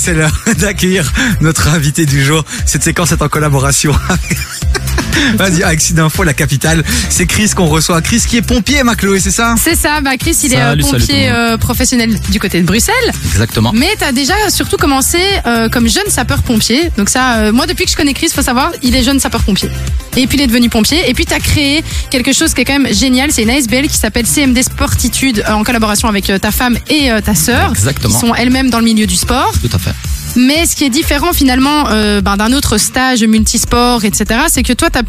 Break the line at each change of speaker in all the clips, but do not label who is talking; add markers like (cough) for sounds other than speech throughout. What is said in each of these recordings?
c'est l'heure (laughs) d'accueillir notre invité du jour. Cette séquence est en collaboration avec... (laughs) Vas-y, accident info, la capitale. C'est Chris qu'on reçoit. Chris qui est pompier, ma Chloé, c'est ça
C'est ça, bah Chris, il
Salut,
est euh,
salut tout
pompier
le monde. Ah.
euh, professionnel du côté de Bruxelles.
Exactement.
Mais t'as déjà surtout commencé euh, comme jeune sapeur-pompier. Donc ça, euh, moi depuis que je connais Chris, faut savoir, il est jeune sapeur-pompier. Et puis il est devenu pompier. Et puis t'as créé quelque chose qui est quand même génial. C'est une ASBL qui s'appelle CMD Sportitude euh, en collaboration avec euh, ta femme et euh, ta sœur.
Exactement.
Qui sont elles-mêmes dans le milieu du sport.
Tout à fait.
Mais ce qui est différent finalement euh, ben, d'un autre stage multisport, etc., c'est que toi, t'as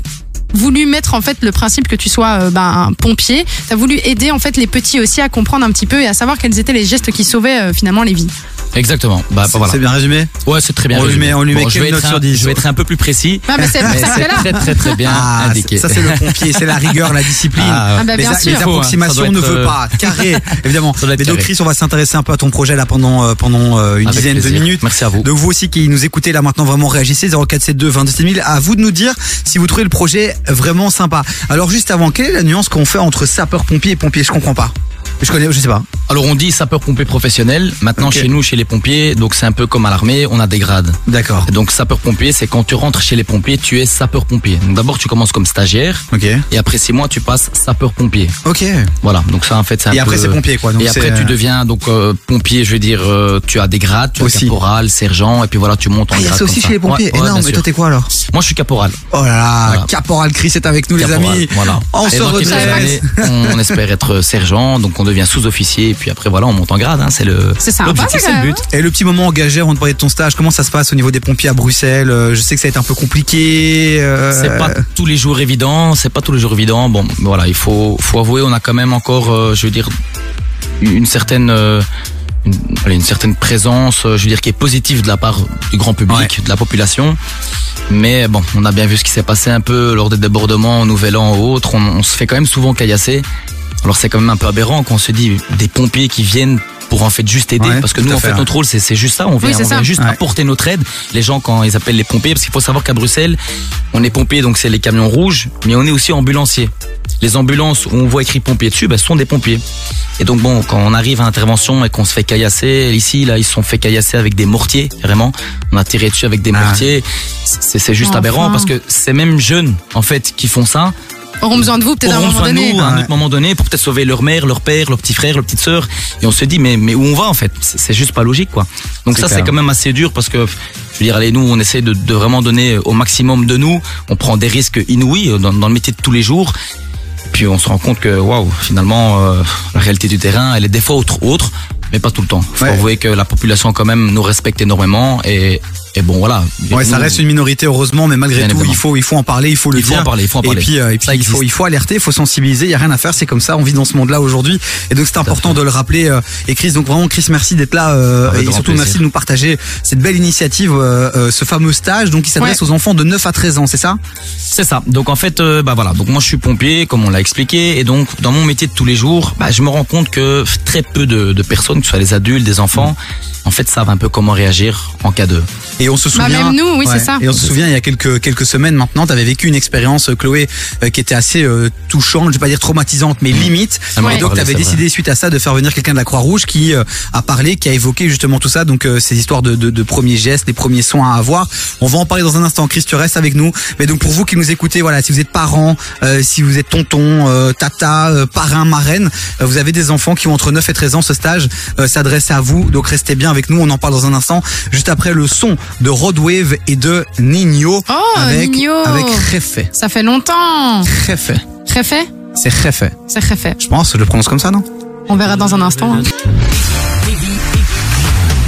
voulu mettre en fait le principe que tu sois euh, ben, un pompier. T'as voulu aider en fait les petits aussi à comprendre un petit peu et à savoir quels étaient les gestes qui sauvaient euh, finalement les vies.
Exactement. Bah,
C'est-
voilà.
C'est bien résumé
Ouais, c'est très bien.
On lui
résumé.
met- on lui met
je
quelle
vais être
note
un-
sur dix,
Je vais être un peu
(laughs)
plus précis.
Ah,
(laughs)
mais c'est pour
mais
ça que
c'est
t'es là.
très très très bien
Ah,
indiqué.
c'est- ça c'est le pompier, c'est la rigueur, la discipline.
Ah, ouais.
Ah bah,
les,
bien
a-
sûr.
les approximations
Ça
ne
doit être,
veut
euh,
pas. Carré, évidemment.
(laughs) Ça doit
Mais
être
donc
carré.
Chris, on va s'intéresser un peu à ton projet là pendant, euh, pendant euh, une
Avec
dizaine de
plaisir.
minutes.
Merci à vous.
Donc vous aussi qui nous écoutez là maintenant vraiment réagissez 0472 22 000 à vous de nous dire si vous trouvez le projet vraiment sympa. Alors juste avant, quelle est la nuance qu'on fait entre sapeur-pompier et pompier Je comprends pas. Je connais, je sais pas.
Alors on dit sapeur-pompier professionnel. Maintenant
Ok.
chez nous, chez les pompiers, donc c'est un peu comme à l'armée, on a des grades.
D'accord.
Et Donc sapeur-pompier, c'est quand tu rentres chez les pompiers, tu es sapeur-pompier. Donc d'abord tu commences comme stagiaire
Ok.
et après six mois tu passes sapeur-pompier.
Ok.
Voilà. Donc ça en fait c'est un
Et après
peu-
c'est pompier quoi. Donc
et
c'est,
après, tu
euh,
deviens donc euh, pompier. Je veux dire, euh, tu as des grades, tu as
Aussi.
caporal, sergent, et puis voilà, tu montes en
Ah, il y a
grade.
ça aussi
comme
chez les pompiers.
Ouais, ouais,
Énorme.
bien
Mais
sûr.
toi t'es quoi alors
Moi, je suis caporal.
Oh là là,
Voilà.
Caporal Chris est avec nous les
Caporal,
amis.
Voilà.
On
Et
se
dans quelques
redresse.
années, on espère être sergent, donc on devient sous-officier, et puis après, voilà, on monte en grade. Hein, c'est le.
C'est sympa,
l'objectif,
ça,
c'est
quand
le
même,
but.
Et le petit moment engagé avant de parler de ton stage, comment ça se passe au niveau des pompiers à Bruxelles Euh, Je sais que ça a été un peu compliqué. euh,
C'est pas tous les jours évident, c'est pas tous les jours évident. Bon, voilà, il faut, faut avouer, on a quand même encore, euh, je veux dire, une certaine, euh, une, allez, une certaine présence, euh, je veux dire, qui est positive de la part du grand public, de la population. Mais bon, on a bien vu ce qui s'est passé un peu lors des débordements au Nouvel An ou autres. On, on se fait quand même souvent caillasser. Alors c'est quand même un peu aberrant qu'on se dit des pompiers qui viennent pour en fait juste aider
Ouais,
parce que
tout
nous
à
en
fait,
fait
ouais.
notre rôle c'est c'est juste ça on vient,
Oui, c'est
on vient
ça.
juste
Ouais.
apporter notre aide les gens quand ils appellent les pompiers parce qu'il faut savoir qu'à Bruxelles on est pompier, donc c'est les camions rouges, mais on est aussi ambulancier. Les ambulances où on voit écrit pompier dessus, ben, ce sont des pompiers. Et donc bon, quand on arrive à intervention et qu'on se fait caillasser, ici là ils se sont fait caillasser avec des mortiers, vraiment. On a tiré dessus avec des
Ah.
mortiers. C'est c'est juste
Enfin.
aberrant parce que ces mêmes jeunes en fait qui font ça
Auront besoin de vous peut-être à un
auront
moment
besoin de
donné.
nous hein. à un
Ouais.
autre moment donné pour peut-être sauver leur mère, leur père, leur petit frère, leur petite sœur. Et on se dit mais mais où on va en fait C'est c'est juste pas logique quoi. Donc
C'est
ça c'est
clair.
quand même assez dur parce que je veux dire allez nous on essaie de, de vraiment donner au maximum de nous. On prend des risques inouïs dans, dans le métier de tous les jours. Puis on se rend compte que waouh finalement euh, la réalité du terrain elle est des fois autre autre mais pas tout le temps. Faut
Ouais.
avouer que la population quand même nous respecte énormément et et bon voilà.
Ouais, ça
Nous,
reste une minorité heureusement, mais malgré
Bien
tout, il
évidemment.
faut, il faut en parler, il faut le
Il faut
dire.
en parler, il faut en
Et
parler.
puis, euh, et puis
Ça
il, faut,
existe.
il faut alerter, il faut sensibiliser, il n'y a rien à faire, c'est comme ça, on vit dans ce monde-là aujourd'hui. Et donc c'est important de le rappeler. euh, et Chris, donc vraiment Chris, merci d'être là. euh,
Avec
et
grand
surtout
plaisir.
merci de nous partager cette belle initiative, euh, euh, ce fameux stage donc qui s'adresse aux enfants de 9 à 13 ans, c'est ça
C'est ça. Donc en fait, euh, bah voilà. Donc moi je suis pompier, comme on l'a expliqué, et donc dans mon métier de tous les jours, bah, je me rends compte que très peu de, de personnes, que ce soit les adultes, des enfants, en fait savent un peu comment réagir en cas de.
Et on se
Bah,
souvient.
même nous, oui, c'est ça.
Et on se souvient, il y a quelques, quelques semaines maintenant, tu avais vécu une expérience, euh, Chloé, euh, qui était assez euh, touchante, je vais pas dire traumatisante, mais limite.
Ah, mais on
Et donc,
en
tu
parlait,
avais
c'est vrai.
décidé, suite à ça, de faire venir quelqu'un de la Croix-Rouge qui euh, a parlé, qui a évoqué justement tout ça. Donc, euh, ces histoires de, de, de premiers gestes, des premiers soins à avoir. On va en parler dans un instant. Chris, tu restes avec nous. Mais donc, pour vous qui nous écoutez, voilà, si vous êtes parents, euh, si vous êtes tonton, euh, tata, euh, parrain, marraine, euh, vous avez des enfants qui ont entre 9 et 13 ans, ce stage euh, s'adresse à vous. Donc, restez bien avec nous. On en parle dans un instant. Juste après le son de Roadwave et de Nino.
Oh,
avec,
Nino.
Avec Refait.
Ça fait longtemps.
Refait.
Réfait
C'est Refait.
C'est réfait.
Je pense, je le prononce comme ça, non
On verra dans un instant. hein.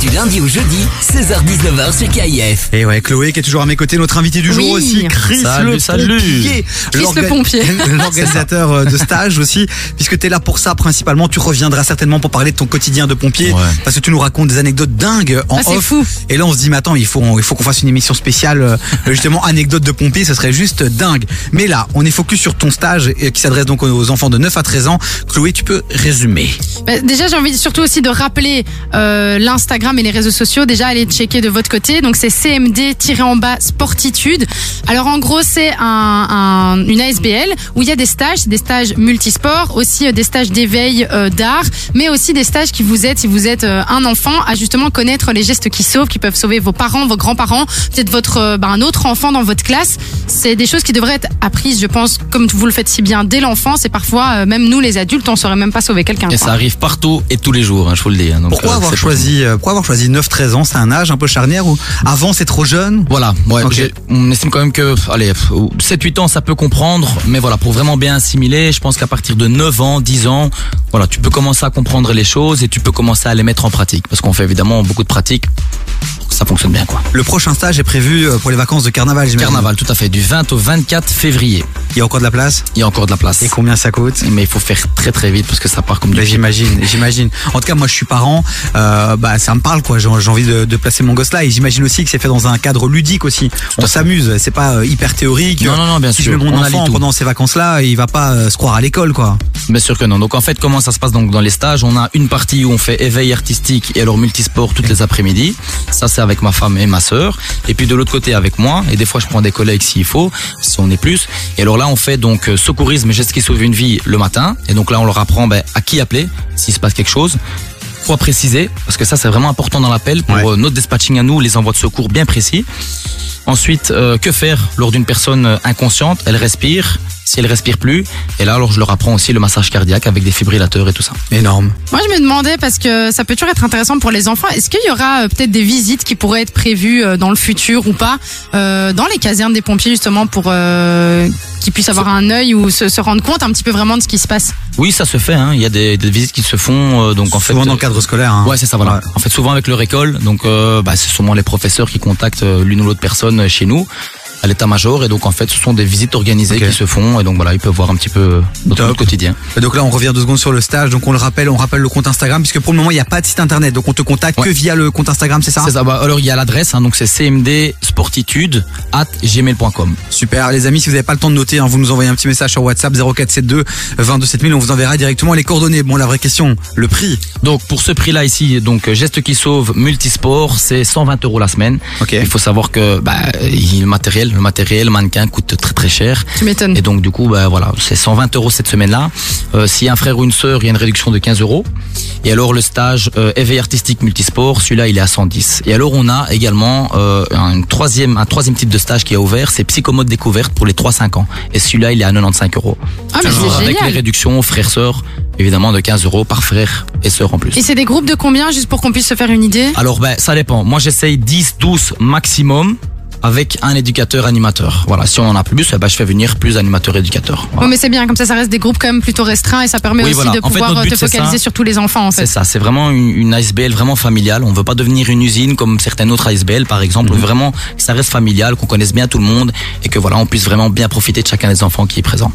Du lundi au jeudi, 16h-19h sur KIF.
Et ouais, Chloé qui est toujours à mes côtés, notre invité du jour
Oui.
aussi, Chris
Salut,
le
salut.
pompier.
Chris
L'orga-
le pompier.
(laughs) L'organisateur euh, de stage aussi, puisque tu es là pour ça principalement, tu reviendras certainement pour parler de ton quotidien de pompier,
Ouais.
parce que tu nous racontes des anecdotes dingues en
Ah, c'est
off.
fou.
Et là on se dit, mais attends, il faut, il faut qu'on fasse une émission spéciale, euh, justement, anecdotes de pompier, ce serait juste dingue. Mais là, on est focus sur ton stage et qui s'adresse donc aux enfants de 9 à 13 ans. Chloé, tu peux résumer.
Bah, déjà, j'ai envie surtout aussi de rappeler euh, l'Instagram et les réseaux sociaux, déjà allez checker de votre côté. Donc c'est CMD-en-bas Sportitude. Alors en gros, c'est un, un- une ASBL où il y a des stages, c'est des stages multisports, aussi euh, des stages d'éveil euh, d'art, mais aussi des stages qui vous aident, si vous êtes euh, un enfant, à justement connaître les gestes qui sauvent, qui peuvent sauver vos parents, vos grands-parents, peut-être votre euh, bah, un autre enfant dans votre classe. C'est des choses qui devraient être apprises, je pense, comme vous le faites si bien dès l'enfance. Et parfois, euh, même nous, les adultes, on saurait même pas sauver quelqu'un.
Et
quoi.
ça arrive partout et tous les jours, hein, je vous le dis. hein. Donc,
Pourquoi
euh,
avoir
c'est
choisi, euh, pourquoi avoir choisi 9-13 ans C'est un âge un peu charnière ou avant c'est trop jeune
Voilà, ouais,
Ok.
j'ai- on estime quand même que allez, 7-8 ans ça peut comprendre, mais voilà, pour vraiment bien assimiler, je pense qu'à partir de 9 ans, 10 ans, voilà, tu peux commencer à comprendre les choses et tu peux commencer à les mettre en pratique. Parce qu'on fait évidemment beaucoup de pratiques pour que ça fonctionne bien quoi.
Le prochain stage est prévu euh, pour les vacances de carnaval, j'imagine.
Carnaval, tout à fait, du 20 au 24 février.
Il y a encore de la place
Il y a encore de la place.
Et combien ça coûte
Mais il faut faire très très vite parce que ça part comme du
Ben,
pied.
j'imagine, j'imagine. En tout cas, moi, je suis parent. Euh, bah, ça me parle, quoi. J'ai j'ai envie de, de placer mon gosse là. Et j'imagine aussi que c'est fait dans un cadre ludique aussi. On s'amuse. C'est pas euh, hyper théorique.
Non, non, non, bien
si
sûr.
je mets mon
On allie
enfant
tout.
pendant ces vacances-là, il va pas euh, se croire à l'école, quoi.
Bien sûr que non. Donc en fait, comment ça se passe donc dans les stages On a une partie où on fait éveil artistique et alors multisport toutes les après-midi. Ça c'est avec ma femme et ma sœur. Et puis de l'autre côté avec moi. Et des fois je prends des collègues s'il faut, si on est plus. Et alors là on fait donc euh, secourisme, geste qui sauve une vie le matin. Et donc là on leur apprend ben, à qui appeler s'il se passe quelque chose. Quoi préciser Parce que ça c'est vraiment important dans l'appel pour
Ouais.
euh, notre dispatching à nous, les envois de secours bien précis. Ensuite, euh, que faire lors d'une personne euh, inconsciente Elle respire. Si elle respire plus, et là alors je leur apprends aussi le massage cardiaque avec des fibrillateurs et tout ça.
Énorme.
Moi, je me demandais, parce que ça peut toujours être intéressant pour les enfants, est-ce qu'il y aura euh, peut-être des visites qui pourraient être prévues euh, dans le futur ou pas, euh, dans les casernes des pompiers, justement, pour euh, qu'ils puissent avoir un œil ou se, se rendre compte un petit peu vraiment de ce qui se passe
Oui, ça se fait. hein. Il y a des, des visites qui se font. euh, donc en fait,
Souvent dans le
euh,
cadre scolaire. hein.
ouais, c'est ça. Voilà.
Ouais.
En fait, souvent avec leur école. Donc, euh, bah, c'est sûrement les professeurs qui contactent euh, l'une ou l'autre personne euh, chez nous à l'état-major. Et donc en fait, ce sont des visites organisées
Ok.
qui se font. Et donc voilà, ils peuvent voir un petit peu euh, notre
Top.
notre quotidien.
Et Donc là, on revient deux secondes sur le stage. Donc on le rappelle, on rappelle le compte Instagram, puisque pour le moment, il n'y a pas de site internet. Donc on te contacte que
Ouais.
via le compte Instagram, c'est ça
C'est ça. Bah, alors il y a l'adresse. hein, donc c'est cmd sportitude at gmail.com.
Super, les amis, si vous n'avez pas le temps de noter, hein, vous nous envoyez un petit message sur WhatsApp 0472 227000, on vous enverra directement les coordonnées. Bon, la vraie question, le prix.
Donc pour ce prix-là ici, donc euh, geste qui sauve multisport, c'est 120 euros la semaine.
Ok.
Il faut savoir que bah, il- le matériel, le matériel mannequin coûte très très cher.
Tu m'étonnes.
Et donc du coup, bah, voilà, c'est 120 euros cette semaine-là. Euh, S'il y a un frère ou une sœur, il y a une réduction de 15 euros. Et alors le stage euh, éveil artistique multisport, celui-là il est à 110. Et alors on a également euh, un troisième, un troisième type de stage qui est ouvert, c'est psychomode découverte pour les 3-5 ans. Et celui-là il est à 95 euros.
Ah, mais
Toujours
c'est
avec les
génial
réductions frère sœur, évidemment de 15 euros par frère et sœur en plus.
Et c'est des groupes de combien, juste pour qu'on puisse se faire une idée
Alors ben ça dépend. Moi j'essaye 10, 12 maximum avec un éducateur animateur. Voilà, si on en a plus, eh ben, je fais venir plus animateurs éducateurs. Voilà.
Oui, mais c'est bien, comme ça, ça reste des groupes quand même plutôt restreints et ça permet
Ah, Oui,
aussi
voilà.
de
En fait,
pouvoir
notre
euh,
but,
te
c'est ça.
focaliser sur tous les enfants, en
C'est
fait.
ça, c'est vraiment une, une ASBL vraiment familiale. On veut pas devenir une usine comme certaines autres ASBL par exemple.
Mhm.
On veut Vraiment, que ça reste familial, qu'on connaisse bien tout le monde et que voilà, on puisse vraiment bien profiter de chacun des enfants qui est présent.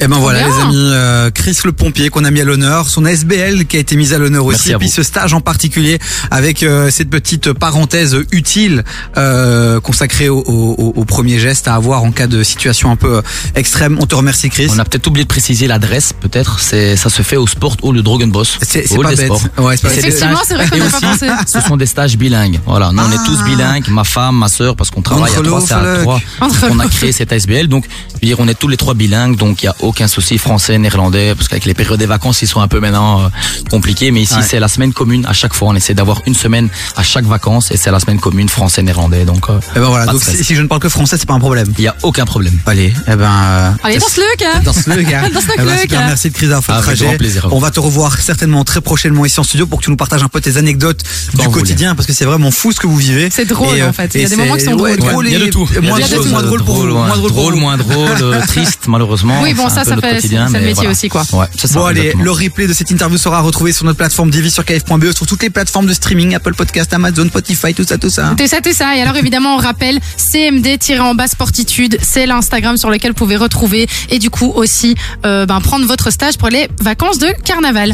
Et ben voilà,
Bien.
les amis, euh, Chris le pompier qu'on a mis à l'honneur, son SBL qui a été mise à l'honneur
Merci
aussi,
à
et puis
vous.
ce stage en particulier avec euh, cette petite parenthèse utile euh, consacrée au, au- au- au premier geste à avoir en cas de situation un peu euh, extrême. On te remercie, Chris.
On a peut-être oublié de préciser l'adresse, peut-être. C'est ça se fait au Sport Hall de Drogenbos.
C'est c'est
Hall
pas
des
bête.
sports.
Ouais, c'est pas
Et
bête.
c'est-
Effectivement, c'est vrai qu'on
Et
n'a pas pensé.
aussi, ce sont des stages bilingues. Voilà, nous on est tous bilingues, ma femme, ma sœur, parce qu'on travaille à
Ah. Entre
trois,
l'eau,
c'est à
Falloc.
trois.
Entre
On a
l'eau.
créé cette ASBL, donc je veux dire, on est tous les trois bilingues, donc il y a aucun souci français, néerlandais, parce qu'avec les périodes des vacances, ils sont un peu maintenant euh, compliqués, mais ici
Ouais.
c'est la semaine commune à chaque fois. On essaie d'avoir une semaine à chaque vacances et c'est la semaine commune français, néerlandais, donc euh,
Eh ben voilà,
Pas de
donc si,
stress.
si je ne parle que français, c'est pas un problème.
il y a aucun problème.
Allez, eh ben. euh,
Allez, danse le gars (laughs)
Danse-le, gars.
Danse-le,
Eh ben,
gars.
super, merci de Chris d'avoir fait le
Avec
trajet.
grand plaisir.
On va te revoir certainement très prochainement ici en studio pour que tu nous partages un peu tes anecdotes
Quand
du
vous
quotidien parce que c'est vraiment fou ce que vous vivez.
C'est drôle,
Et, euh,
en fait. Il y
et
a des moments qui
c'est-
sont
ouais,
drôles.
drôle et- et
Il y a
Moins
des
drôle
choses,
moins drôle pour vous.
moins
Moins drôle pour
drôle,
vous.
moins drôle, euh, triste malheureusement.
Oui, bon,
C'est
ça,
un peu
ça
notre
fait-
quotidien,
c'est le
mais
métier
voilà.
aussi, quoi.
Ouais, c'est ça,
Bon allez,
exactement.
le replay de cette interview sera retrouvé sur notre plateforme divi sur kf.be, E, sur toutes les plateformes de streaming, Apple Podcast, Amazon, Spotify, tout ça, tout ça. hein.
Tout ça, tout ça. Et alors, évidemment, on rappelle, CMD-en-bas Sportitude, c'est l'Instagram sur lequel vous pouvez retrouver et du coup aussi euh, ben, prendre votre stage pour les vacances de carnaval.